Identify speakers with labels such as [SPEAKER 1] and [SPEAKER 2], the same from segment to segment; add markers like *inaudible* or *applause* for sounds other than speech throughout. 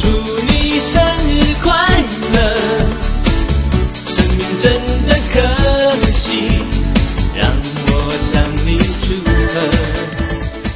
[SPEAKER 1] 祝你生日快乐。生命真的可惜，让我向你祝贺。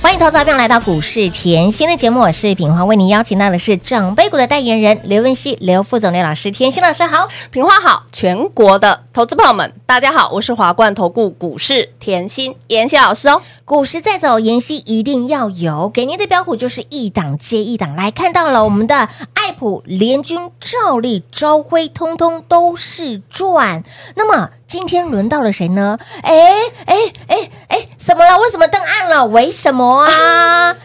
[SPEAKER 2] 欢迎投资者朋友来到股市甜心的节目，我是品花，为您邀请到的是长辈股的代言人刘文熙、刘副总、刘老师，甜心老师好。
[SPEAKER 3] 平花好，全国的投资朋友们，大家好，我是华冠投顾股市甜心妍希老师哦。
[SPEAKER 2] 股市再走，妍希一定要有，给您的标股就是一档接一档。来看到了我们的爱普、联军、照例、朝晖，通通都是赚。那么今天轮到了谁呢？哎哎哎哎，什么了？为什么灯暗了？为什么啊？生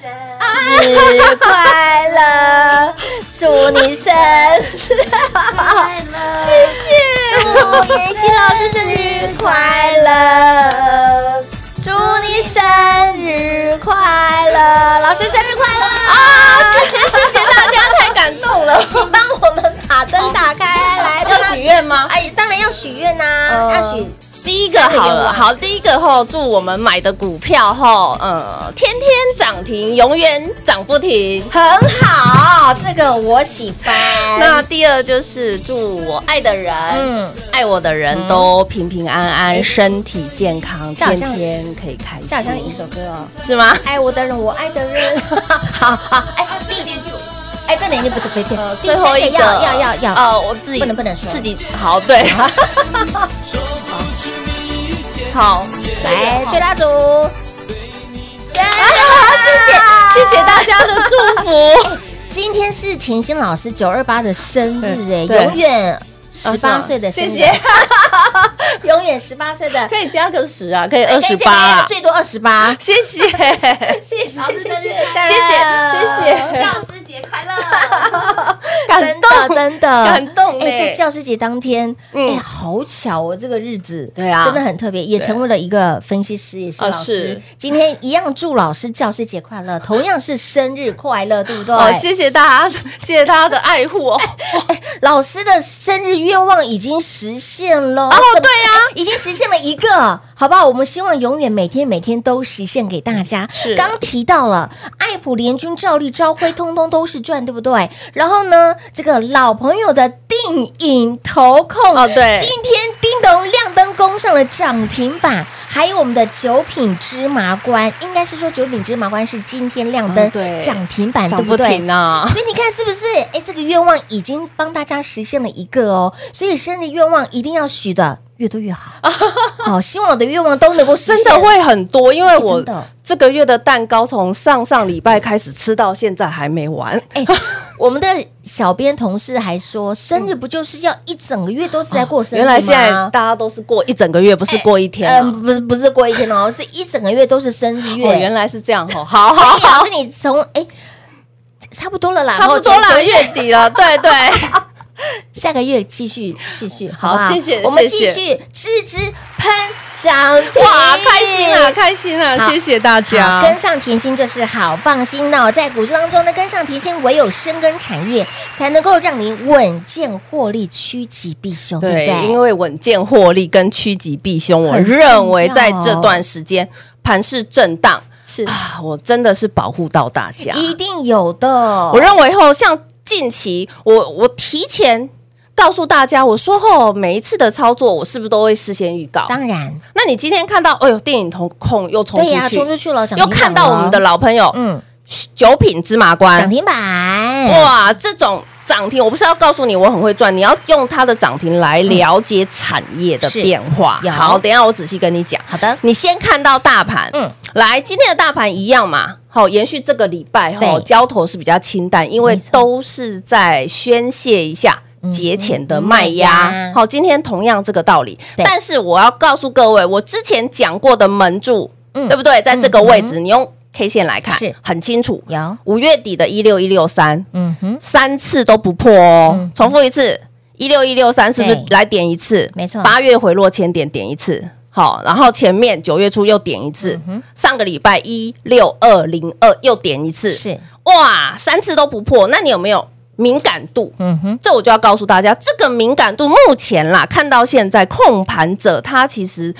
[SPEAKER 2] 日快乐，祝你生日快乐，谢谢，祝妍希老师生日快乐。祝你生日快乐，老师生日快乐啊！
[SPEAKER 3] 谢谢谢谢大家，太感动了。
[SPEAKER 2] 请帮我们把灯打开，来帮
[SPEAKER 3] 要
[SPEAKER 2] 他
[SPEAKER 3] 许愿吗？
[SPEAKER 2] 哎，当然要许愿呐，
[SPEAKER 3] 嗯
[SPEAKER 2] 要许
[SPEAKER 3] 第一个好了，好，第一个吼，祝我们买的股票吼，呃，天天涨停，永远涨不 *laughs* 停。
[SPEAKER 2] 很好，这个我喜欢。
[SPEAKER 3] 那第二就是祝我爱的人，
[SPEAKER 2] 嗯，
[SPEAKER 3] 爱我的人都平平安安，身体健康，
[SPEAKER 2] 这好
[SPEAKER 3] 天
[SPEAKER 2] 像
[SPEAKER 3] 天可以开心。
[SPEAKER 2] 这好像一首歌哦，
[SPEAKER 3] 是吗？
[SPEAKER 2] 爱我的人，我爱的人。好好，哎，第哎，这年纪不是别别，第
[SPEAKER 3] 呃最
[SPEAKER 2] 三
[SPEAKER 3] 后
[SPEAKER 2] 个
[SPEAKER 3] 一个
[SPEAKER 2] 要要要要，
[SPEAKER 3] 呃，我自己
[SPEAKER 2] 不能不能说
[SPEAKER 3] 自己好对，
[SPEAKER 2] *laughs*
[SPEAKER 3] 好
[SPEAKER 2] 来，最大组，生
[SPEAKER 3] 啊
[SPEAKER 2] 日
[SPEAKER 3] 谢谢谢谢大家的祝福，
[SPEAKER 2] 今天是甜心老师九二八的生日哎，
[SPEAKER 3] 对
[SPEAKER 2] 永远 *laughs* 十八岁的生日，
[SPEAKER 3] 哦谢谢，
[SPEAKER 2] 永远十八岁的
[SPEAKER 3] 可以加个十啊，可以
[SPEAKER 2] 哎
[SPEAKER 3] 二十
[SPEAKER 2] 这个
[SPEAKER 3] 八啊，
[SPEAKER 2] 最多二十八。
[SPEAKER 3] 谢
[SPEAKER 2] *laughs*
[SPEAKER 3] 谢，
[SPEAKER 2] 谢谢谢谢谢谢
[SPEAKER 3] 谢
[SPEAKER 4] 教师节快 *laughs* 乐！
[SPEAKER 3] 感
[SPEAKER 2] 真的
[SPEAKER 3] 动，
[SPEAKER 2] 真的
[SPEAKER 3] 感动
[SPEAKER 2] 哎，
[SPEAKER 3] 呢
[SPEAKER 2] 在教师节当天，
[SPEAKER 3] 嗯
[SPEAKER 2] 哎，好巧哦，这个日子，
[SPEAKER 3] 对啊
[SPEAKER 2] 真的很特别，也成为了一个分析师，也是
[SPEAKER 3] 啊
[SPEAKER 2] 老师
[SPEAKER 3] 是。
[SPEAKER 2] 今天一样祝老师教师节快乐，同样是生日快乐，对不对？
[SPEAKER 3] 哦，谢谢大家，谢谢大家的爱护哦，
[SPEAKER 2] 老师的生日愿望已经实现了哦，对呀、
[SPEAKER 3] 啊
[SPEAKER 2] 已经实现了一个，好不好？我们希望永远每天每天都实现给大家。
[SPEAKER 3] 是
[SPEAKER 2] 刚提到了爱普联军、照例、朝晖，通通都是赚，对不对？然后呢，这个老朋友的定影投控
[SPEAKER 3] 哦对
[SPEAKER 2] 今天叮咚亮灯攻上了涨停板。还有我们的九品芝麻官，应该是说九品芝麻官是今天亮灯
[SPEAKER 3] 哦对
[SPEAKER 2] 涨停板，对
[SPEAKER 3] 涨
[SPEAKER 2] 不
[SPEAKER 3] 不
[SPEAKER 2] 对？
[SPEAKER 3] 停啊，
[SPEAKER 2] *laughs* 所以你看是不是？哎，这个愿望已经帮大家实现了一个哦。所以生日愿望一定要许的越多越
[SPEAKER 3] *laughs*
[SPEAKER 2] 好。好，希望我的愿望都能够实
[SPEAKER 3] 真
[SPEAKER 2] 现。
[SPEAKER 3] 的会很多，因为我
[SPEAKER 2] 真的
[SPEAKER 3] 这个月的蛋糕从上上礼拜开始吃到现在还没完，
[SPEAKER 2] 哎，我们的小编同事还说，生日不就是要一整个月都是在过生日
[SPEAKER 3] 原
[SPEAKER 2] 吗？
[SPEAKER 3] 来现在大家都是过一整个月，不是过一天啊、
[SPEAKER 2] 嗯，不是不是过一天哦，是 *laughs* 一整个月都是生日月。
[SPEAKER 3] 哦，原来是这样哦，好
[SPEAKER 2] 所
[SPEAKER 3] 好
[SPEAKER 2] 以老
[SPEAKER 3] 好
[SPEAKER 2] 师，，你从哎差不多了啦，
[SPEAKER 3] 差不多
[SPEAKER 2] 然后
[SPEAKER 3] 啦，
[SPEAKER 2] 就
[SPEAKER 3] 月底了，对对，
[SPEAKER 2] 下个月继续继续，好
[SPEAKER 3] 好
[SPEAKER 2] 不好？
[SPEAKER 3] 谢谢
[SPEAKER 2] 我们
[SPEAKER 3] 谢
[SPEAKER 2] 继
[SPEAKER 3] 谢
[SPEAKER 2] 续支支喷涨停，
[SPEAKER 3] 哇，开心啊，！开心
[SPEAKER 2] 好
[SPEAKER 3] 啊，谢谢大
[SPEAKER 2] 好，
[SPEAKER 3] 家，
[SPEAKER 2] 跟上甜心就是好放心哦。在股市当中呢，跟上甜心唯有深耕产业，才能够让你稳健获利，趋吉避凶，对
[SPEAKER 3] 对，
[SPEAKER 2] 不
[SPEAKER 3] 因
[SPEAKER 2] 对？
[SPEAKER 3] 为稳健获利跟趋吉避凶，我认为在这段时间盘势震荡
[SPEAKER 2] 是
[SPEAKER 3] 啊，我真的是保护到大家，
[SPEAKER 2] 一定有的。
[SPEAKER 3] 我认为后像近期，我我提前。告诉大家，我说后每一次的操作，我是不是都会事先预告？
[SPEAKER 2] 当然，
[SPEAKER 3] 那你今天看到，哎呦，电影同控又冲
[SPEAKER 2] 对
[SPEAKER 3] 出
[SPEAKER 2] 呀，
[SPEAKER 3] 去
[SPEAKER 2] 冲，出去了，涨
[SPEAKER 3] 又
[SPEAKER 2] 停板
[SPEAKER 3] 看到我们的
[SPEAKER 2] 了
[SPEAKER 3] 老朋友，
[SPEAKER 2] 嗯
[SPEAKER 3] 九品芝麻
[SPEAKER 2] 涨
[SPEAKER 3] 官，
[SPEAKER 2] 停板，
[SPEAKER 3] 哇，这种涨停，我不是要告诉你我很会赚，你要用它的涨停来了解产业的
[SPEAKER 2] 嗯是
[SPEAKER 3] 变化。
[SPEAKER 2] 有
[SPEAKER 3] 好，等一下我仔细跟你讲。
[SPEAKER 2] 好的，
[SPEAKER 3] 你先看到大盘，
[SPEAKER 2] 嗯
[SPEAKER 3] 嗯，来，今天的大盘一样嘛，好、延续这个礼拜吼，
[SPEAKER 2] 对
[SPEAKER 3] 交投是比较清淡，因为
[SPEAKER 2] 没错嗯
[SPEAKER 3] 都是在宣泄一下。节前的卖
[SPEAKER 2] 卖压
[SPEAKER 3] 压，好，今天同样这个道理，
[SPEAKER 2] 对
[SPEAKER 3] 但是我要告诉各位，我之前讲过的门柱，
[SPEAKER 2] 嗯
[SPEAKER 3] 对不对？在这个位置，你用 K 线来看
[SPEAKER 2] 是，
[SPEAKER 3] 很清楚。
[SPEAKER 2] 有，
[SPEAKER 3] 五月底的一六一六三，
[SPEAKER 2] 嗯哼，
[SPEAKER 3] 三次都不破哦。
[SPEAKER 2] 嗯
[SPEAKER 3] 重复一次，一六一六三是不是
[SPEAKER 2] 对
[SPEAKER 3] 来点一次？
[SPEAKER 2] 没错
[SPEAKER 3] 八月回落千点点一次。好，然后前面九月初又点一次，
[SPEAKER 2] 嗯
[SPEAKER 3] 上个礼拜一六二零二又点一次，
[SPEAKER 2] 是，
[SPEAKER 3] 哇，三次都不破，那你有没有敏感度？
[SPEAKER 2] 嗯哼，
[SPEAKER 3] 这我就要告诉大家，这个敏感度目前啦，看到现在控盘者他其实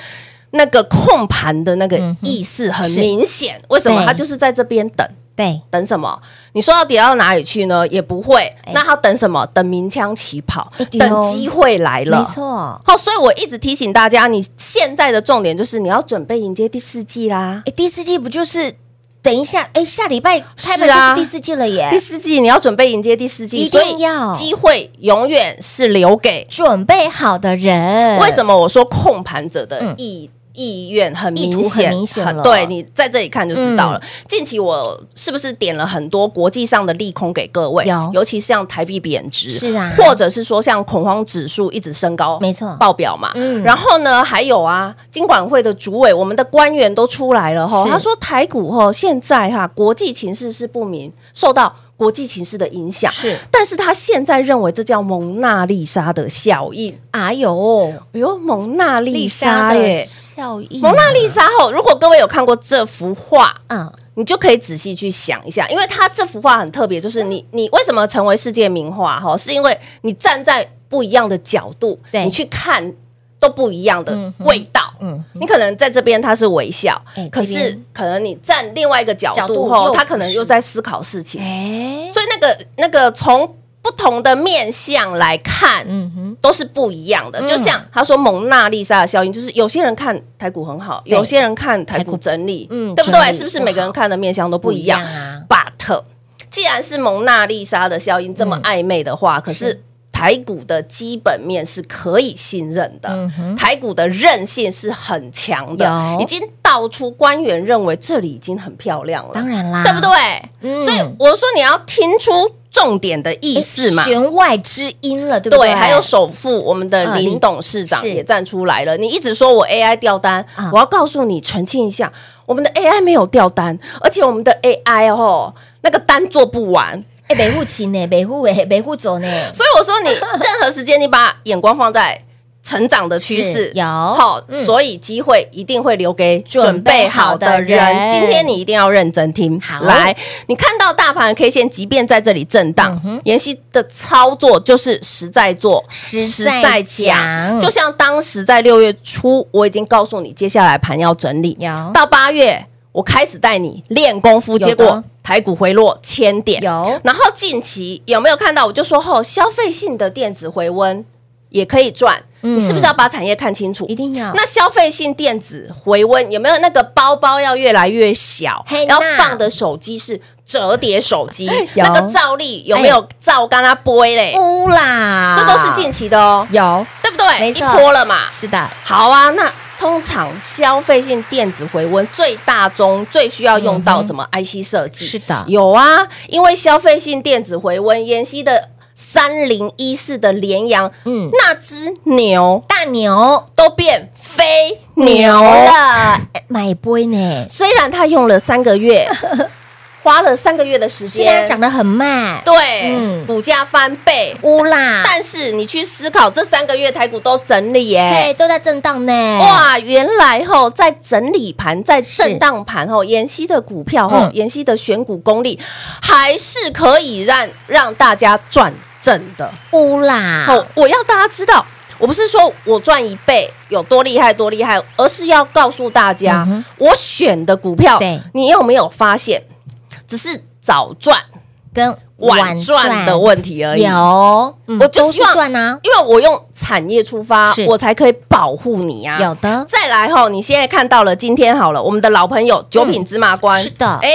[SPEAKER 3] 那个控盘的那个意识很
[SPEAKER 2] 嗯是
[SPEAKER 3] 明显，为什么
[SPEAKER 2] 对
[SPEAKER 3] 他就是在这边等？
[SPEAKER 2] 对，
[SPEAKER 3] 等什么？你说要跌到哪里去呢？也不会。
[SPEAKER 2] 哎
[SPEAKER 3] 那他等什么？等鸣枪起跑
[SPEAKER 2] 哎，对哦
[SPEAKER 3] 等机会来了。
[SPEAKER 2] 没。错。
[SPEAKER 3] 好，所以我一直提醒大家，你现在的重点就是你要准备迎接第四季啦。
[SPEAKER 2] 哎，第四季不就是等一下？哎，下礼拜开
[SPEAKER 3] 是
[SPEAKER 2] 门就是
[SPEAKER 3] 啊
[SPEAKER 2] 第四季了耶
[SPEAKER 3] 第，四季你要准备迎接第四季，
[SPEAKER 2] 一
[SPEAKER 3] 所
[SPEAKER 2] 定
[SPEAKER 3] 以
[SPEAKER 2] 要
[SPEAKER 3] 机会永远是留给
[SPEAKER 2] 准备好的人，
[SPEAKER 3] 为
[SPEAKER 2] 么？
[SPEAKER 3] 什么我说控盘者的
[SPEAKER 2] 嗯
[SPEAKER 3] 意、意愿很
[SPEAKER 2] 意
[SPEAKER 3] 明
[SPEAKER 2] 图很
[SPEAKER 3] 显？
[SPEAKER 2] 明显了嗯
[SPEAKER 3] 对你在这里看就知道了。近期我是不是点了很多国际上的利空给各位？
[SPEAKER 2] 有
[SPEAKER 3] 尤其是像台币贬值，
[SPEAKER 2] 是啊
[SPEAKER 3] 或者是说像恐慌指数一直升高，
[SPEAKER 2] 没错
[SPEAKER 3] 报表嘛。
[SPEAKER 2] 嗯
[SPEAKER 3] 然后呢，还有啊，金管会的主委，我们的官员都出来了哈，
[SPEAKER 2] 是
[SPEAKER 3] 他说台股哈现在哈国际情势是不明，受到。国际情势的影响
[SPEAKER 2] 是
[SPEAKER 3] 但是他现在认为这叫蒙娜丽莎的效应，
[SPEAKER 2] 哎呦，
[SPEAKER 3] 哎呦，蒙娜丽莎
[SPEAKER 2] 的
[SPEAKER 3] 耶！
[SPEAKER 2] 效应，
[SPEAKER 3] 蒙娜丽莎后，如果各位有看过这幅画，
[SPEAKER 2] 嗯，
[SPEAKER 3] 你就可以仔细去想一下，因为它这幅画很特别，就是你你为什么成为世界名画哈，是因为你站在不一样的角度，
[SPEAKER 2] 对
[SPEAKER 3] 你去看都不一样的
[SPEAKER 2] 嗯哼
[SPEAKER 3] 味道。
[SPEAKER 2] 嗯
[SPEAKER 3] 你可能在这边他是微笑
[SPEAKER 2] 哎，
[SPEAKER 3] 可
[SPEAKER 2] 这
[SPEAKER 3] 是
[SPEAKER 2] 边
[SPEAKER 3] 可能你站另外一个角
[SPEAKER 2] 角度
[SPEAKER 3] 度
[SPEAKER 2] 又
[SPEAKER 3] 后，
[SPEAKER 2] 不
[SPEAKER 3] 他可能又
[SPEAKER 2] 是
[SPEAKER 3] 在思考事情，
[SPEAKER 2] 哎，
[SPEAKER 3] 所以那个那个从不同的面相来看，
[SPEAKER 2] 嗯哼，
[SPEAKER 3] 都是不一样的。
[SPEAKER 2] 嗯
[SPEAKER 3] 就像他说蒙娜丽莎的效应，就是有些人看台股很好，
[SPEAKER 2] 对
[SPEAKER 3] 有些人看台
[SPEAKER 2] 台股
[SPEAKER 3] 股整理，
[SPEAKER 2] 嗯
[SPEAKER 3] 嗯，对不
[SPEAKER 2] 整
[SPEAKER 3] 对？
[SPEAKER 2] 理
[SPEAKER 3] 是不是
[SPEAKER 2] 不好
[SPEAKER 3] 每个人看的面相都不一样
[SPEAKER 2] 不一样啊
[SPEAKER 3] ？But 既然是蒙娜丽莎的效应这么暧昧的
[SPEAKER 2] 嗯
[SPEAKER 3] 话，可是。台股的基本面是可以信任的，
[SPEAKER 2] 嗯哼
[SPEAKER 3] 台股的韧性是很强的
[SPEAKER 2] 有，
[SPEAKER 3] 已经道出官员认为这里已经很漂亮了，
[SPEAKER 2] 当然啦，
[SPEAKER 3] 对不对？
[SPEAKER 2] 嗯
[SPEAKER 3] 所以我说你要听出重点的意
[SPEAKER 2] 哎？
[SPEAKER 3] 思嘛，
[SPEAKER 2] 弦外之音了，对不
[SPEAKER 3] 对，还有首富我们的
[SPEAKER 2] 嗯林
[SPEAKER 3] 林董事长
[SPEAKER 2] 是
[SPEAKER 3] 也站出来了。你一直说我 AI 掉单
[SPEAKER 2] 啊，
[SPEAKER 3] 我要告诉你澄清一下，我们的 AI 没有掉单，而且我们的 AI 哦，那个单做不完。
[SPEAKER 2] 哎，北户琴呢，北户哎，北户走呢，
[SPEAKER 3] 所以我说你任何时间你把眼光放在。成长的趋
[SPEAKER 2] 是
[SPEAKER 3] 势
[SPEAKER 2] 有
[SPEAKER 3] 好，
[SPEAKER 2] 嗯
[SPEAKER 3] 所以机会一定会留给
[SPEAKER 2] 准
[SPEAKER 3] 准
[SPEAKER 2] 备
[SPEAKER 3] 备
[SPEAKER 2] 好
[SPEAKER 3] 好
[SPEAKER 2] 的
[SPEAKER 3] 的
[SPEAKER 2] 人
[SPEAKER 3] 人。今天你一定要认真听。
[SPEAKER 2] 好
[SPEAKER 3] 来，你看到大盘 K 线，即便在这里震荡
[SPEAKER 2] 嗯哼，
[SPEAKER 3] 妍希的操作就是实在做，
[SPEAKER 2] 实在讲
[SPEAKER 3] 就像当时在六月初，我已经告诉你，接下来盘要整理，
[SPEAKER 2] 有
[SPEAKER 3] 到八月，我开始带你练功夫，
[SPEAKER 2] 啊有
[SPEAKER 3] 结
[SPEAKER 2] 的
[SPEAKER 3] 果台股回落千点，
[SPEAKER 2] 有
[SPEAKER 3] 然后近期有没有看到？我就说后消费性的电子回温也可以赚，
[SPEAKER 2] 嗯
[SPEAKER 3] 你是不是要把产业看清楚
[SPEAKER 2] 一？定要
[SPEAKER 3] 那消费性电子回温有没有那个包包要越来越小
[SPEAKER 2] 嘿，
[SPEAKER 3] 然后
[SPEAKER 2] 那
[SPEAKER 3] 放的手机是折叠手机
[SPEAKER 2] *laughs* 有，哎
[SPEAKER 3] 那个照例有没有照跟它播嘞？
[SPEAKER 2] 乌啦，
[SPEAKER 3] 这都是近期的哦，
[SPEAKER 2] 有
[SPEAKER 3] 对不
[SPEAKER 2] 没
[SPEAKER 3] 对？一
[SPEAKER 2] 错
[SPEAKER 3] 波了嘛，
[SPEAKER 2] 是的，
[SPEAKER 3] 好啊，那通常消费性电子回温最大宗最需要用到什么 IC 设计？
[SPEAKER 2] 嗯是的
[SPEAKER 3] 有啊，因为消费性电子回温，妍希的三零一四的联阳，
[SPEAKER 2] 嗯
[SPEAKER 3] 那只牛
[SPEAKER 2] 大牛
[SPEAKER 3] 都变飞牛了。
[SPEAKER 2] 了，哎买杯呢，
[SPEAKER 3] 虽然它用了三
[SPEAKER 2] *laughs*
[SPEAKER 3] 个月，花了三个月的时
[SPEAKER 2] 虽然
[SPEAKER 3] 间，
[SPEAKER 2] 涨得很慢，
[SPEAKER 3] 对，
[SPEAKER 2] 嗯
[SPEAKER 3] 股价翻倍，
[SPEAKER 2] 乌啦，
[SPEAKER 3] 但是你去思考，这三个月台股都整理耶、
[SPEAKER 2] 对，都在震荡呢，，
[SPEAKER 3] 哇，原来吼在整理盘，在震荡盘吼，妍希的股票吼
[SPEAKER 2] 嗯，
[SPEAKER 3] 妍希的选股功力还是可以让让大家赚正的。
[SPEAKER 2] 乌啦，
[SPEAKER 3] 哦，我要大家知道，我不是说我赚一倍有多厉害多厉害，而是要告诉大家
[SPEAKER 2] 嗯，哼
[SPEAKER 3] 我选的股票
[SPEAKER 2] 对，
[SPEAKER 3] 你有没有发现，只是早赚
[SPEAKER 2] 跟
[SPEAKER 3] 晚赚的问题而已。
[SPEAKER 2] 有，嗯
[SPEAKER 3] 我就
[SPEAKER 2] 都是
[SPEAKER 3] 希望
[SPEAKER 2] 赚啊，
[SPEAKER 3] 因为我用产业出发
[SPEAKER 2] 是，
[SPEAKER 3] 我才可以保护你啊。
[SPEAKER 2] 有的
[SPEAKER 3] 再来吼，你现在看到了今天好了，我们的老朋友九品芝麻官、
[SPEAKER 2] 嗯是的
[SPEAKER 3] 哎，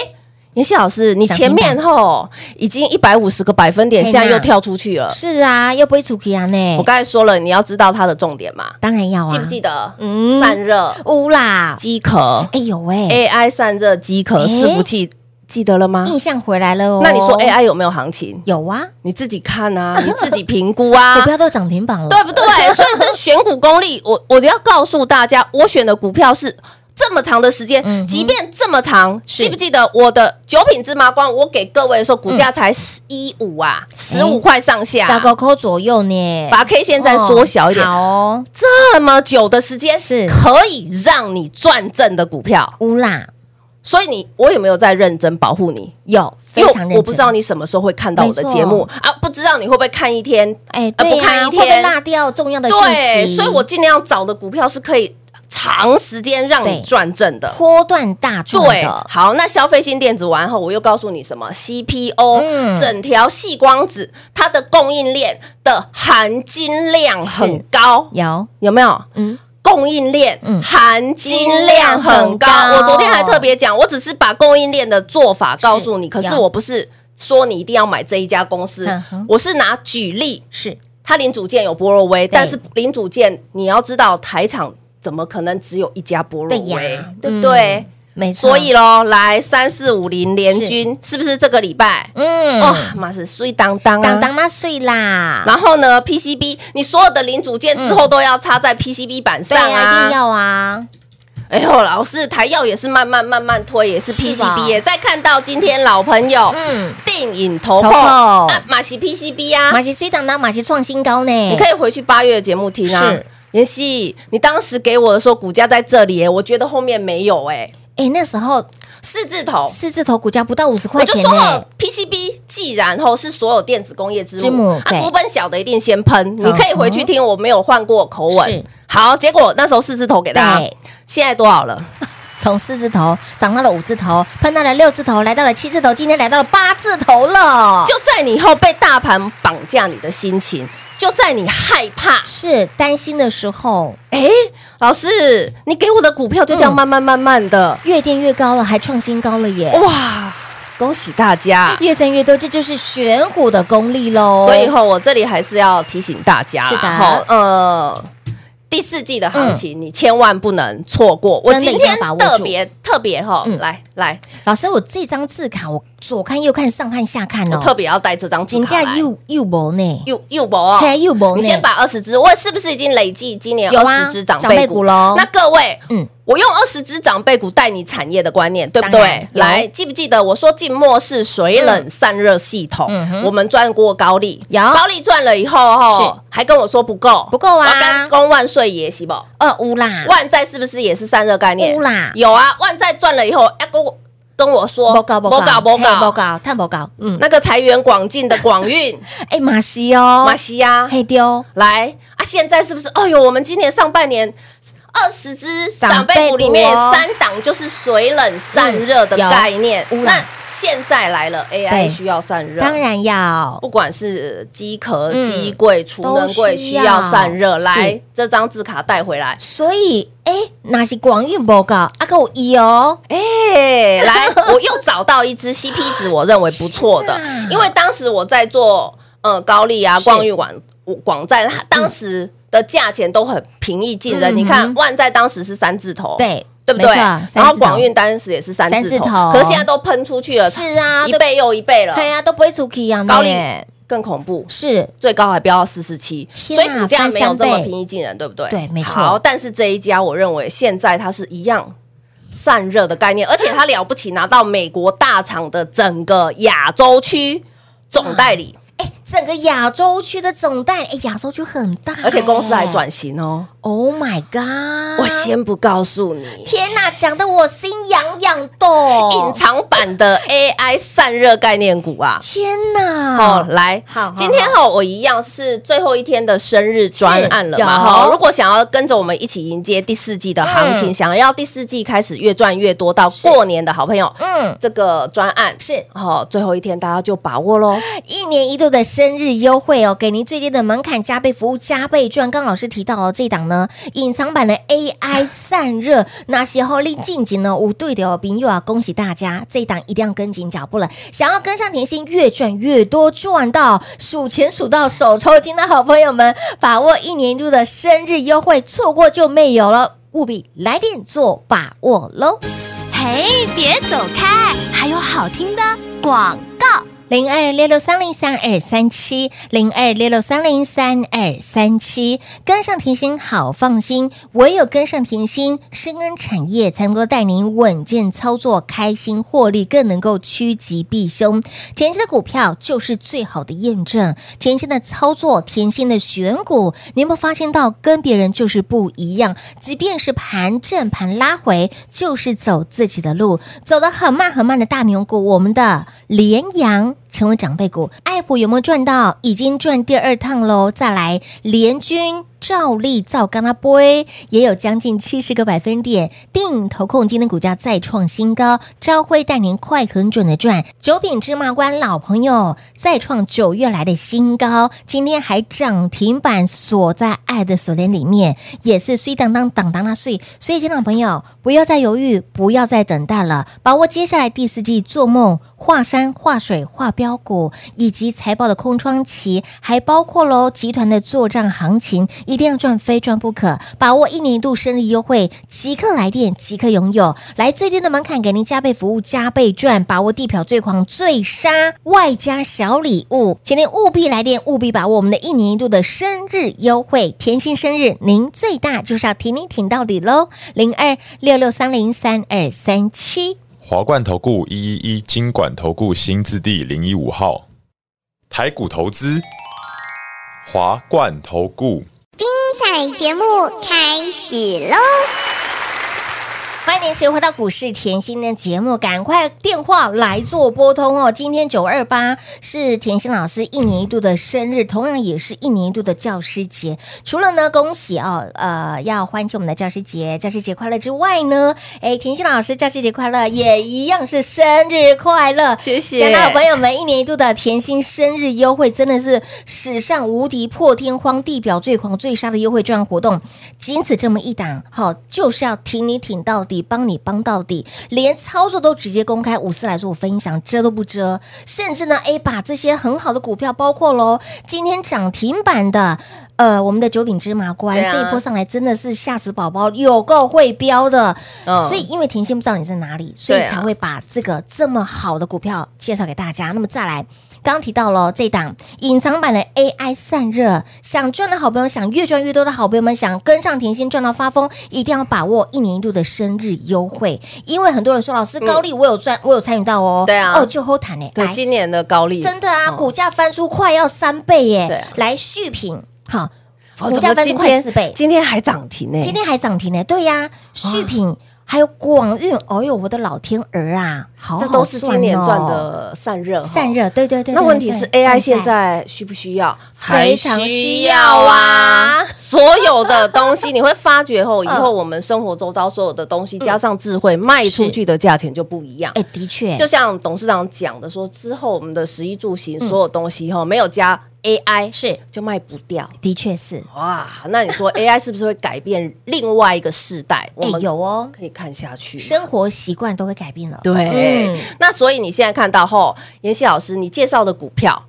[SPEAKER 3] 妍希老师，你
[SPEAKER 2] 想
[SPEAKER 3] 前面吼已经一百五十个百分点，
[SPEAKER 2] 嘿
[SPEAKER 3] 现在
[SPEAKER 2] 呐
[SPEAKER 3] 又跳出去了。
[SPEAKER 2] 是啊，又不会出去啊呢，
[SPEAKER 3] 我刚才说了，你要知道它的重点嘛，
[SPEAKER 2] 当然要啊，
[SPEAKER 3] 记不记得？
[SPEAKER 2] 嗯
[SPEAKER 3] 散热、
[SPEAKER 2] 乌啦，
[SPEAKER 3] 机壳、
[SPEAKER 2] 哎呦喂，
[SPEAKER 3] AI 散热、机壳、
[SPEAKER 2] 哎
[SPEAKER 3] 伺服器，记得了吗？
[SPEAKER 2] 印象回来了哦，
[SPEAKER 3] 嗯那你说哎啊 AI 有没有行情？
[SPEAKER 2] 有啊，
[SPEAKER 3] 你自己看啊，你自己评估
[SPEAKER 2] *laughs*
[SPEAKER 3] 啊
[SPEAKER 2] 股。票都涨
[SPEAKER 3] *laughs*
[SPEAKER 2] 停榜了，
[SPEAKER 3] 对不对？所以这选股功力，我我就要告诉大家，我选的股票是这么长的时间，
[SPEAKER 2] 嗯哼
[SPEAKER 3] 即便这么长，
[SPEAKER 2] 是
[SPEAKER 3] 记不记得我的九品芝麻官？我给各位说，股价
[SPEAKER 2] 嗯
[SPEAKER 3] 才十一五啊，
[SPEAKER 2] 哎
[SPEAKER 3] 十五块上下
[SPEAKER 2] 大，概扣左右呢，
[SPEAKER 3] 啊把 K 线再缩小一点
[SPEAKER 2] 哦。好哦，
[SPEAKER 3] 这么久的时间
[SPEAKER 2] 是
[SPEAKER 3] 可以让你赚正的股票，
[SPEAKER 2] 乌啦，
[SPEAKER 3] 所以你我有没有在认真保护你？
[SPEAKER 2] 有非
[SPEAKER 3] 因为
[SPEAKER 2] 常认真。
[SPEAKER 3] 我不知道你什么时候会看到我的节目啊，不知道你会不会看一天？
[SPEAKER 2] 哎，
[SPEAKER 3] 呃
[SPEAKER 2] 对
[SPEAKER 3] 不看
[SPEAKER 2] 呀，
[SPEAKER 3] 一
[SPEAKER 2] 会不
[SPEAKER 3] 天
[SPEAKER 2] 会落掉重要的讯
[SPEAKER 3] 对，
[SPEAKER 2] 息？
[SPEAKER 3] 所以我尽量找的股票是可以长时间让你
[SPEAKER 2] 对
[SPEAKER 3] 赚正的。
[SPEAKER 2] 波段大赚
[SPEAKER 3] 对，
[SPEAKER 2] 的，
[SPEAKER 3] 好，那消费性电子完后，我又告诉你什么 CPO，、
[SPEAKER 2] 嗯
[SPEAKER 3] 整条细光子它的供应链的含金量很
[SPEAKER 2] 是
[SPEAKER 3] 高，
[SPEAKER 2] 有
[SPEAKER 3] 有没有？
[SPEAKER 2] 嗯，
[SPEAKER 3] 供应链
[SPEAKER 2] 嗯
[SPEAKER 3] 含金量很高
[SPEAKER 2] 金量很。高
[SPEAKER 3] 我昨天还特别讲，我只是把供应链的做法告诉你，
[SPEAKER 2] 是
[SPEAKER 3] 可是
[SPEAKER 2] 有
[SPEAKER 3] 我不是说你一定要买这一家公司
[SPEAKER 2] 嗯哼，
[SPEAKER 3] 我是拿举例，
[SPEAKER 2] 是
[SPEAKER 3] 它零组件有波若威，但是零组件你要知道台厂。怎么可能只有一家波若
[SPEAKER 2] 对
[SPEAKER 3] 威
[SPEAKER 2] 呀，嗯
[SPEAKER 3] 对不对？
[SPEAKER 2] 没错。
[SPEAKER 3] 所以喽，来三四五零联军是不是这个礼拜？
[SPEAKER 2] 嗯，
[SPEAKER 3] 哇，妈是碎当当
[SPEAKER 2] 当
[SPEAKER 3] 哦
[SPEAKER 2] 啊
[SPEAKER 3] 啊！
[SPEAKER 2] 当那碎啦，
[SPEAKER 3] 然后呢，PCB 你所有的零组件之后都要插在 PCB 板
[SPEAKER 2] 对啊，一
[SPEAKER 3] 上
[SPEAKER 2] 定
[SPEAKER 3] 啊。
[SPEAKER 2] 要啊，
[SPEAKER 3] 哎呦，老师，台药也是慢慢慢慢推，也是
[SPEAKER 2] 是吧
[SPEAKER 3] PCB 耶。再看到今天老朋友，
[SPEAKER 2] 嗯
[SPEAKER 3] 嗯，电影投控
[SPEAKER 2] 投控
[SPEAKER 3] 啊，马西 PCB 啊
[SPEAKER 2] 马，奇碎当当马奇创新高呢，
[SPEAKER 3] 你可以回去八月的节目听啊
[SPEAKER 2] 嗯是。
[SPEAKER 3] 妍希，你当时给我的时候，股价在这里耶，我觉得后面没有哎，
[SPEAKER 2] 哎，那时候
[SPEAKER 3] 四字头，
[SPEAKER 2] 四字头股价不到五十
[SPEAKER 3] 我
[SPEAKER 2] 块
[SPEAKER 3] 就
[SPEAKER 2] 钱
[SPEAKER 3] 说了
[SPEAKER 2] 呢，
[SPEAKER 3] ，PCB 既然吼是所有电子工业之
[SPEAKER 2] 之母
[SPEAKER 3] 母，
[SPEAKER 2] 对
[SPEAKER 3] 啊，股本小的一定先喷，你可以回去
[SPEAKER 2] 嗯
[SPEAKER 3] 听，我没有换过口
[SPEAKER 2] 是
[SPEAKER 3] 吻。好，结果那时候四字头给大家
[SPEAKER 2] 对，哦
[SPEAKER 3] 现在多少了？
[SPEAKER 2] 从四字头涨到了五字头，喷到了六字头，来到了七字头，今天来到了八字头了，
[SPEAKER 3] 就在你以后被大盘绑架你的心情，就在你害怕，
[SPEAKER 2] 是担心的时候，
[SPEAKER 3] 哎，老师，你给我的股票就这样
[SPEAKER 2] 嗯
[SPEAKER 3] 慢慢慢慢的，
[SPEAKER 2] 越垫越高了，还创新高了
[SPEAKER 3] 哦
[SPEAKER 2] 耶！
[SPEAKER 3] 哇，恭喜大家！
[SPEAKER 2] 越挣越多，这就是选股的功力喽。
[SPEAKER 3] 所以吼，我这里还是要提醒大家啦，
[SPEAKER 2] 哦是的
[SPEAKER 3] 吼呃，第四季的行情你千万不能错过。我
[SPEAKER 2] 真的
[SPEAKER 3] 今
[SPEAKER 2] 一定要
[SPEAKER 3] 天
[SPEAKER 2] 把握
[SPEAKER 3] 特
[SPEAKER 2] 住
[SPEAKER 3] 别特别吼
[SPEAKER 2] 嗯，
[SPEAKER 3] 来来，
[SPEAKER 2] 老师，我这张字卡我左看右看，上看下看
[SPEAKER 3] 我
[SPEAKER 2] 哦，
[SPEAKER 3] 特别要带这张金
[SPEAKER 2] 金
[SPEAKER 3] 卡
[SPEAKER 2] 价
[SPEAKER 3] 来。
[SPEAKER 2] 又又薄呢，
[SPEAKER 3] 又又博哦，
[SPEAKER 2] 嘿又薄呢
[SPEAKER 3] 你先把二十只，我是不是已经累计今年
[SPEAKER 2] 有
[SPEAKER 3] 二
[SPEAKER 2] 啊
[SPEAKER 3] 十只长
[SPEAKER 2] 长辈
[SPEAKER 3] 辈
[SPEAKER 2] 股
[SPEAKER 3] 股
[SPEAKER 2] 咯
[SPEAKER 3] 那各位，
[SPEAKER 2] 嗯
[SPEAKER 3] 嗯，我用二十只长辈股带你产业的观念，对不
[SPEAKER 2] 当然有
[SPEAKER 3] 对？来，记不记得我说静默式水冷散热系统
[SPEAKER 2] 嗯哼，
[SPEAKER 3] 我们赚过高利，
[SPEAKER 2] 有
[SPEAKER 3] 高利赚了以后哦，还跟我说不够，
[SPEAKER 2] 不够啊
[SPEAKER 3] 我要跟公万岁爷是不？
[SPEAKER 2] 二乌啦，
[SPEAKER 3] 万债是不是也是散热概念？
[SPEAKER 2] 乌啦
[SPEAKER 3] 有啊，万债赚了以后，要跟我跟我说，
[SPEAKER 2] 不高不
[SPEAKER 3] 不搞
[SPEAKER 2] 高
[SPEAKER 3] 不
[SPEAKER 2] 嘿不
[SPEAKER 3] 搞，
[SPEAKER 2] 高，碳不高，嗯，
[SPEAKER 3] 那个财源广进的广运，
[SPEAKER 2] 哎马西哦，
[SPEAKER 3] 马西亚，
[SPEAKER 2] 嘿丢，
[SPEAKER 3] 来啊！现在是不是？哎呦，我们今年上半年二十只
[SPEAKER 2] 长
[SPEAKER 3] 长
[SPEAKER 2] 辈股哦
[SPEAKER 3] 辈股里面三档就是水冷散热的
[SPEAKER 2] 嗯有
[SPEAKER 3] 概念。
[SPEAKER 2] 污染
[SPEAKER 3] 那现在来了
[SPEAKER 2] 对
[SPEAKER 3] ，AI 需要散热，
[SPEAKER 2] 当然要
[SPEAKER 3] 不管是机壳、
[SPEAKER 2] 嗯
[SPEAKER 3] 机柜、储能柜
[SPEAKER 2] 都需
[SPEAKER 3] 需
[SPEAKER 2] 要
[SPEAKER 3] 要散热。
[SPEAKER 2] 是
[SPEAKER 3] 来，这张字卡带回来。
[SPEAKER 2] 所以，哎，那是广运不高，啊，给我一哦，*laughs*
[SPEAKER 3] 哎，来，我又找到一只 CP 值我认为不错的
[SPEAKER 2] 天哪，
[SPEAKER 3] 因为当时我在做呃高丽啊、
[SPEAKER 2] 是
[SPEAKER 3] 光裕广广在当时的价钱都很平易近
[SPEAKER 2] 嗯
[SPEAKER 3] 人。你
[SPEAKER 2] 嗯
[SPEAKER 3] 看万在当时是三字头，
[SPEAKER 2] 对
[SPEAKER 3] 对不对？
[SPEAKER 2] 没错
[SPEAKER 3] 然
[SPEAKER 2] 三
[SPEAKER 3] 后
[SPEAKER 2] 字头
[SPEAKER 3] 广运当时也是三
[SPEAKER 2] 三
[SPEAKER 3] 字
[SPEAKER 2] 字
[SPEAKER 3] 头
[SPEAKER 2] 头，
[SPEAKER 3] 可是现在都喷出去了，
[SPEAKER 2] 是啊，
[SPEAKER 3] 一
[SPEAKER 2] 对
[SPEAKER 3] 倍又一倍了，
[SPEAKER 2] 对啊，都不会出去呀，
[SPEAKER 3] 高利
[SPEAKER 2] 呢
[SPEAKER 3] 更恐怖。
[SPEAKER 2] 是
[SPEAKER 3] 最高还飙到四十七，
[SPEAKER 2] 天
[SPEAKER 3] 所
[SPEAKER 2] 哪
[SPEAKER 3] 以股价没有这
[SPEAKER 2] 翻
[SPEAKER 3] 么
[SPEAKER 2] 三倍
[SPEAKER 3] 平易近人，对不对？
[SPEAKER 2] 对没错
[SPEAKER 3] 好，但是这一家我认为现在它是一样散热的概念，而且它了不起拿到美国大厂的整个亚洲区总代理，
[SPEAKER 2] 整个亚洲区的总代理，哎，亚洲区很大，
[SPEAKER 3] 而且公司还
[SPEAKER 2] 哎
[SPEAKER 3] 转型哦。
[SPEAKER 2] ，Oh my god！
[SPEAKER 3] 我先不告诉你，
[SPEAKER 2] 天啊哪，讲的我心痒痒的，
[SPEAKER 3] 隐藏版的 AI 散热概念股啊。
[SPEAKER 2] 天哪！
[SPEAKER 3] 哦，来，
[SPEAKER 2] 好好
[SPEAKER 3] 今天哈，我一样是最后一天的生日专案了嘛，
[SPEAKER 2] 有
[SPEAKER 3] 哈。如果想要跟着我们一起迎接第四季的行情，
[SPEAKER 2] 嗯
[SPEAKER 3] 想要第四季开始越赚越多到过年的好朋友，
[SPEAKER 2] 嗯，
[SPEAKER 3] 这个专案是哦，最后一天大家就把握喽。
[SPEAKER 2] 一年一度的生日优惠哦，给您最低的门槛加倍服务加倍赚。刚刚老师提到哦，这档呢隐藏版的 AI 散热，那时候立近景呢五对的哦，朋友啊，恭喜大家，这档一定要跟紧脚步了。想要跟上甜心，越赚越多，赚到数钱数到手抽筋的好朋友们，把握一年一度的生日优惠，错过就没有了，务必来电做把握喽。
[SPEAKER 4] 嘿，别走开，还有好听的广告。
[SPEAKER 2] 零二六六三零三二三七，零二六六三零三二三七，跟上甜心好放心，唯有跟上甜心，深耕产业才能够带您稳健操作，开心获利，更能够趋吉避凶。甜心的股票就是最好的验证，甜心的操作，甜心的选股，你有没有发现到跟别人就是不一样？即便是盘正盘拉回，就是走自己的路，走得很慢很慢的大牛股，我们的联阳。成为长辈股，爱普有没有赚到？已经赚第二趟喽。再来，联军、照例、造刚拉波也有将近七十个百分点。定投控今天股价再创新高，朝晖带您快很准的赚。九品芝麻官老朋友再创九月来的新高，今天还涨停板锁在爱的锁链里面，也是虽当当当当那碎。所以，亲爱的朋友，不要再犹豫，不要再等待了，把握接下来第四季做梦画山画水画标股，以及财报的空窗期，还包括喽集团的做账行情，一定要赚非赚不可，把握一年一度生日优惠，即刻来电，即刻拥有，来最低的门槛给您加倍服务，加倍赚，把握地表最狂最杀，外加小礼物，请您务必来电，务必把握我们的一年一度的生日优惠，甜心生日您最大，就是要挺你挺到底喽，零二六六三零三二三七。
[SPEAKER 5] 华冠投顾一一一金管投顾新字第零一五号，台股投资，华冠投顾。
[SPEAKER 6] 彩节目开始喽！
[SPEAKER 2] 欢迎您持续回到股市甜心的节目，赶快电话来做拨通哦！今天九二八是甜心老师一年一度的生日，同样也是一年一度的教师节。除了呢，恭喜哦，呃，要欢庆我们的教师节，教师节快乐之外呢，哎，甜心老师教师节快乐，也一样是生日快乐，
[SPEAKER 3] 谢谢
[SPEAKER 2] 想到朋友们一年一度的甜心生日优惠，真的是史上无敌、破天荒、地表最狂、最杀的优惠专案活动，仅此这么一档，好，就是要挺你挺到底，帮你帮到底，连操作都直接公开，无私来做分享，遮都不遮，甚至呢，哎，把这些很好的股票，包括喽，今天涨停板的。呃，我们的九品芝麻官、
[SPEAKER 3] 对啊
[SPEAKER 2] 这一波上来真的是吓死宝宝，有够会标的，
[SPEAKER 3] 嗯
[SPEAKER 2] 所以因为甜心不知道你在哪里，所以
[SPEAKER 3] 对啊
[SPEAKER 2] 才会把这个这么好的股票介绍给大家。那么再来，刚刚提到了这档隐藏版的 AI 散热，想赚的好朋友，想越赚越多的好朋友们，想跟上甜心赚到发疯，一定要把握一年一度的生日优惠，因为很多人说老师高利我有赚，我有参与到哦，
[SPEAKER 3] 对啊
[SPEAKER 2] 哦就后谈嘞，
[SPEAKER 3] 对，
[SPEAKER 2] 来
[SPEAKER 3] 今年的高利
[SPEAKER 2] 真的啊，
[SPEAKER 3] 哦
[SPEAKER 2] 股价翻出快要三倍
[SPEAKER 3] 对
[SPEAKER 2] 耶
[SPEAKER 3] 啊，
[SPEAKER 2] 来续品好，
[SPEAKER 3] 哦
[SPEAKER 2] 股
[SPEAKER 3] 怎
[SPEAKER 2] 价
[SPEAKER 3] 么
[SPEAKER 2] 翻出
[SPEAKER 3] 今
[SPEAKER 2] 快
[SPEAKER 3] 天
[SPEAKER 2] 四倍，
[SPEAKER 3] 今天还涨停呢。
[SPEAKER 2] 今天还涨停呢，对呀、续品还有广运，
[SPEAKER 3] 哦
[SPEAKER 2] 哎呦，我的老天儿啊，好好
[SPEAKER 3] 这都是
[SPEAKER 2] 赚哦
[SPEAKER 3] 今年赚的散热，
[SPEAKER 2] 散。热，对对对。
[SPEAKER 3] 那
[SPEAKER 2] 对
[SPEAKER 3] 问题是
[SPEAKER 2] 对
[SPEAKER 3] AI 现在需不需要？
[SPEAKER 2] 非常
[SPEAKER 3] 还
[SPEAKER 2] 需要 *laughs* 啊！
[SPEAKER 3] 所有的东西你会发觉
[SPEAKER 2] *laughs*
[SPEAKER 3] 后，以
[SPEAKER 2] 嗯
[SPEAKER 3] 后我们生活周遭所有的东西加上智慧，卖出去的价钱就不一样。
[SPEAKER 2] 哎，的确，
[SPEAKER 3] 就像董事长讲的说，之后我们的食衣住行所有东西哈，没有加 AI
[SPEAKER 2] 嗯是
[SPEAKER 3] 就卖不掉。
[SPEAKER 2] 的确是，
[SPEAKER 3] 哇，那你说 AI 是不是会改变另外一个世代？我
[SPEAKER 2] 哎，
[SPEAKER 3] 们
[SPEAKER 2] 有哦，
[SPEAKER 3] 可以看下去啊吗。
[SPEAKER 2] 生活习惯都会改变了。
[SPEAKER 3] 对，
[SPEAKER 2] 嗯
[SPEAKER 3] 那所以你现在看到后，妍希老师你介绍的股票，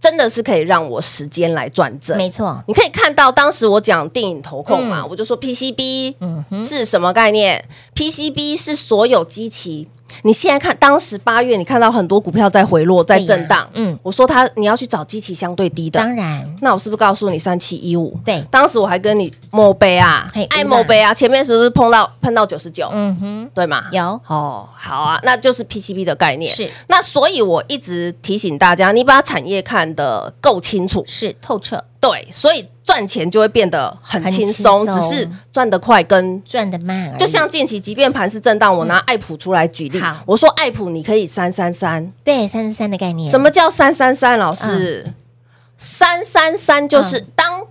[SPEAKER 3] 真的是可以让我时间来转正。
[SPEAKER 2] 没错，
[SPEAKER 3] 你可以看到当时我讲电影投控嘛，
[SPEAKER 2] 嗯
[SPEAKER 3] 我就说 PCB
[SPEAKER 2] 嗯哼，
[SPEAKER 3] 是什么概念？PCB 是所有机器。你现在看，当时八月你看到很多股票在回落，在
[SPEAKER 2] 对呀
[SPEAKER 3] 震荡。
[SPEAKER 2] 嗯
[SPEAKER 3] 嗯，我说它你要去找基期相对低的，
[SPEAKER 2] 当然，
[SPEAKER 3] 那我是不是告诉你三七一五？
[SPEAKER 2] 对
[SPEAKER 3] 当时我还跟你某杯啊
[SPEAKER 2] 嘿，
[SPEAKER 3] 爱
[SPEAKER 2] 嗯啊
[SPEAKER 3] 某杯啊，前面是不是碰到碰到九十九？
[SPEAKER 2] 嗯哼，
[SPEAKER 3] 对吗？
[SPEAKER 2] 有
[SPEAKER 3] 哦，好啊，那就是 PCB 的概念。
[SPEAKER 2] 是，
[SPEAKER 3] 那所以我一直提醒大家，你把产业看得够清楚，
[SPEAKER 2] 是透彻，
[SPEAKER 3] 对，所以赚钱就会变得很
[SPEAKER 2] 很
[SPEAKER 3] 轻
[SPEAKER 2] 轻
[SPEAKER 3] 松，
[SPEAKER 2] 松哎
[SPEAKER 3] 只是赚得快跟。
[SPEAKER 2] 赚的慢而已，
[SPEAKER 3] 就像近期，即便盘是震荡，我拿爱普出来举例
[SPEAKER 2] 嗯好，
[SPEAKER 3] 我说爱普你可以三三三，
[SPEAKER 2] 对三十三的概念，
[SPEAKER 3] 什么叫三三三？老师，三三三就是
[SPEAKER 2] 嗯
[SPEAKER 3] 当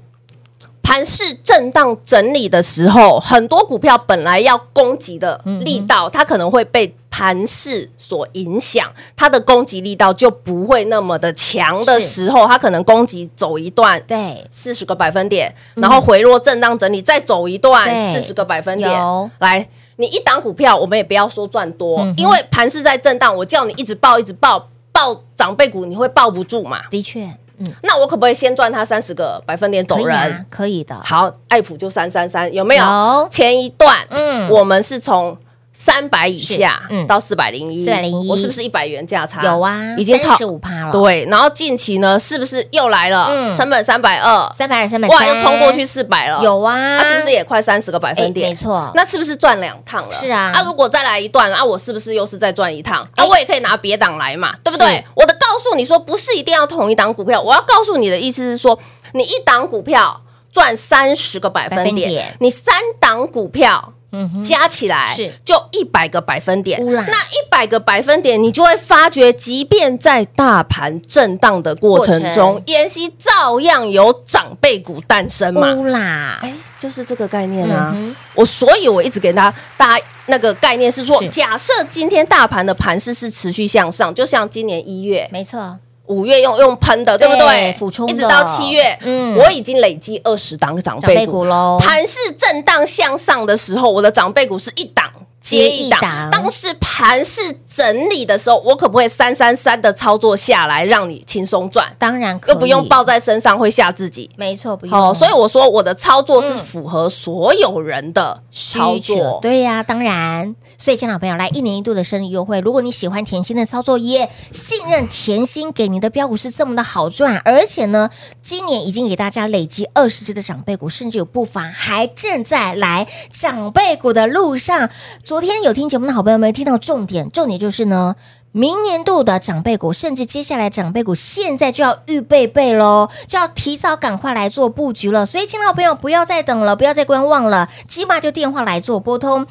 [SPEAKER 3] 盘市震荡整理的时候，很多股票本来要攻击的力
[SPEAKER 2] 嗯
[SPEAKER 3] 道，它可能会被盘市所影响，它的攻击力道就不会那么的强的
[SPEAKER 2] 是
[SPEAKER 3] 时候，它可能攻击走一段。
[SPEAKER 2] 对，
[SPEAKER 3] 四十个百分点，然后回落震荡整理，再走一段
[SPEAKER 2] 对
[SPEAKER 3] 四十个百分点
[SPEAKER 2] 有，
[SPEAKER 3] 来。你一档股票，我们也不要说赚多，
[SPEAKER 2] 嗯哼
[SPEAKER 3] 因为盘是在震荡，我叫你一直抱，一直抱，抱长辈股，你会抱不住嘛？
[SPEAKER 2] 的确，嗯，
[SPEAKER 3] 那我可不可以先赚它三十个百分点走
[SPEAKER 2] 可以
[SPEAKER 3] 人？
[SPEAKER 2] 啊，可以的，
[SPEAKER 3] 好，爱普就三三三，有没有？
[SPEAKER 2] 有
[SPEAKER 3] 前一段，
[SPEAKER 2] 嗯
[SPEAKER 3] 嗯，我们是从三百以下，
[SPEAKER 2] 是嗯
[SPEAKER 3] 到四百零一，
[SPEAKER 2] 401
[SPEAKER 3] 我是不是一百元价差？
[SPEAKER 2] 有啊，
[SPEAKER 3] 已经超
[SPEAKER 2] 三十五趴了，，
[SPEAKER 3] 对。然后近期呢，是不是又来了？
[SPEAKER 2] 嗯
[SPEAKER 3] 成本三百二，
[SPEAKER 2] 三百二、三百
[SPEAKER 3] 哇，又冲过去四百了，
[SPEAKER 2] 有啊，
[SPEAKER 3] 那是不是也快三十个百
[SPEAKER 2] 哎
[SPEAKER 3] 分点？
[SPEAKER 2] 没错，
[SPEAKER 3] 那是不是赚两趟了？
[SPEAKER 2] 是啊
[SPEAKER 3] 啊，如果再来一段，啊，我是不是又是再赚一趟？啊，
[SPEAKER 2] 哎
[SPEAKER 3] 我也可以拿别档来嘛，对不对
[SPEAKER 2] 是？
[SPEAKER 3] 我的告诉你说，不是一定要同一档股票，我要告诉你的意思是说，你一档股票赚三十个百分
[SPEAKER 2] 百分
[SPEAKER 3] 点
[SPEAKER 2] 点，
[SPEAKER 3] 你三档股票。
[SPEAKER 2] 嗯哼，
[SPEAKER 3] 加起来
[SPEAKER 2] 是
[SPEAKER 3] 就一百个百分点，
[SPEAKER 2] 乌啦
[SPEAKER 3] 那一百个百分点，你就会发觉，即便在大盘震荡的过程
[SPEAKER 2] 过
[SPEAKER 3] 中
[SPEAKER 2] 程，
[SPEAKER 3] 妍希照样有长辈股诞生嘛。
[SPEAKER 2] 乌啦，
[SPEAKER 3] 哎，就是这个概念啊。
[SPEAKER 2] 嗯哼
[SPEAKER 3] 我所以，我一直给大家大家那个概念是说，
[SPEAKER 2] 是
[SPEAKER 3] 假设今天大盘的盘势是持续向上，就像今年一月、
[SPEAKER 2] 没错，
[SPEAKER 3] 五月用用喷的，对不
[SPEAKER 2] 对
[SPEAKER 3] 对？
[SPEAKER 2] 俯冲的
[SPEAKER 3] 一直到七月，
[SPEAKER 2] 嗯
[SPEAKER 3] 嗯，我已经累积二十档长
[SPEAKER 2] 长辈
[SPEAKER 3] 辈
[SPEAKER 2] 股
[SPEAKER 3] 股。
[SPEAKER 2] 喽，
[SPEAKER 3] 盘势震荡向上的时候，我的长辈股是一档。接一
[SPEAKER 2] 接一档
[SPEAKER 3] 档，当时盘势整理的时候，我可不可以三三三的操作下来，让你轻松赚，
[SPEAKER 2] 当然可以
[SPEAKER 3] 又不用抱，在身上会吓自己？
[SPEAKER 2] 没错，不用，
[SPEAKER 3] 好、所以我说我的操作是符合所有人的操
[SPEAKER 2] 需求
[SPEAKER 3] 作。
[SPEAKER 2] 对呀、当然。所以，亲爱的朋友，来一年一度的生日优惠，如果你喜欢甜心的操作，也信任甜心给你的标股是这么的好赚，而且呢，今年已经给大家累积二十只的长辈股，甚至有不乏还正在来长辈股的路上。昨天有听节目的好朋友们听到重点，重点就是呢。明年度的长辈股，甚至接下来长辈股，现在就要预备备喽，就要提早赶快来做布局了。所以，亲爱的朋友，不要再等了，不要再观望了，起码就电话来做拨通。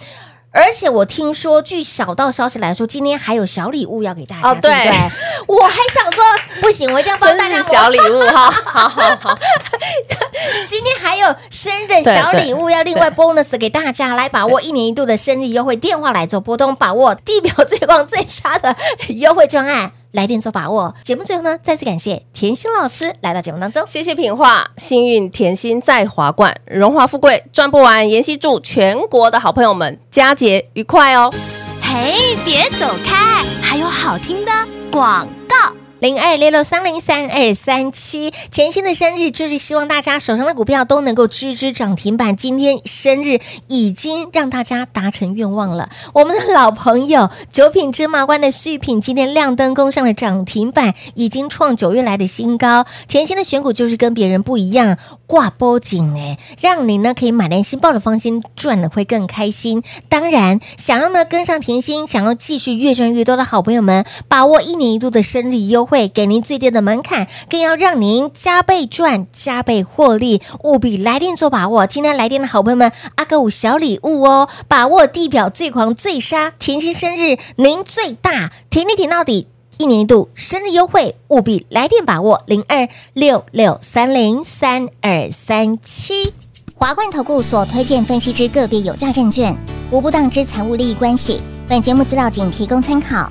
[SPEAKER 2] 而且我听说，据小道消息来说，今天还有小礼物要给大家，
[SPEAKER 3] 哦
[SPEAKER 2] 对
[SPEAKER 3] 对
[SPEAKER 2] 不对？我还想说，不行，我一定要帮
[SPEAKER 3] 生
[SPEAKER 2] 大家
[SPEAKER 3] 日
[SPEAKER 2] 谋
[SPEAKER 3] 小礼物哈， *laughs* 好好好，
[SPEAKER 2] 今天还有生日小礼物要另外 bonus 给大家，来把握一年一度的生日优惠，电话来做拨通，把握地表最棒最杀的优惠专案，来电做把握。节目最后呢，再次感谢甜心老师来到节目当中。
[SPEAKER 3] 谢谢品画，幸运甜心在华冠，荣华富贵赚不完。妍希祝全国的好朋友们佳节愉快哦！
[SPEAKER 4] 嘿，别走开，还有好听的广告。
[SPEAKER 2] 零二六六三零三二三七，甜心的生日就是希望大家手上的股票都能够支支涨停板。今天生日已经让大家达成愿望了。我们的老朋友九品芝麻官的续品今天亮灯攻上了涨停板，已经创九月来的新高。甜心的选股就是跟别人不一样，挂波紧哎，让你呢可以买良心抱的放心，赚的会更开心。当然，想要呢跟上甜心，想要继续越赚越多的好朋友们，把握一年一度的生日优惠，给您最低的门槛，更要让您加倍赚、加倍获利，务必来电做把握。今天来电的好朋友们，阿哥五小礼物哦，把握地表最狂最杀，甜心生日您最大，甜你甜到底。一年一度生日优惠，务必来电把握零二六六三零三二三七。
[SPEAKER 6] 华冠投顾所推荐分析之个别有价证券，无不当之财务利益关系。本节目资料仅提供参考，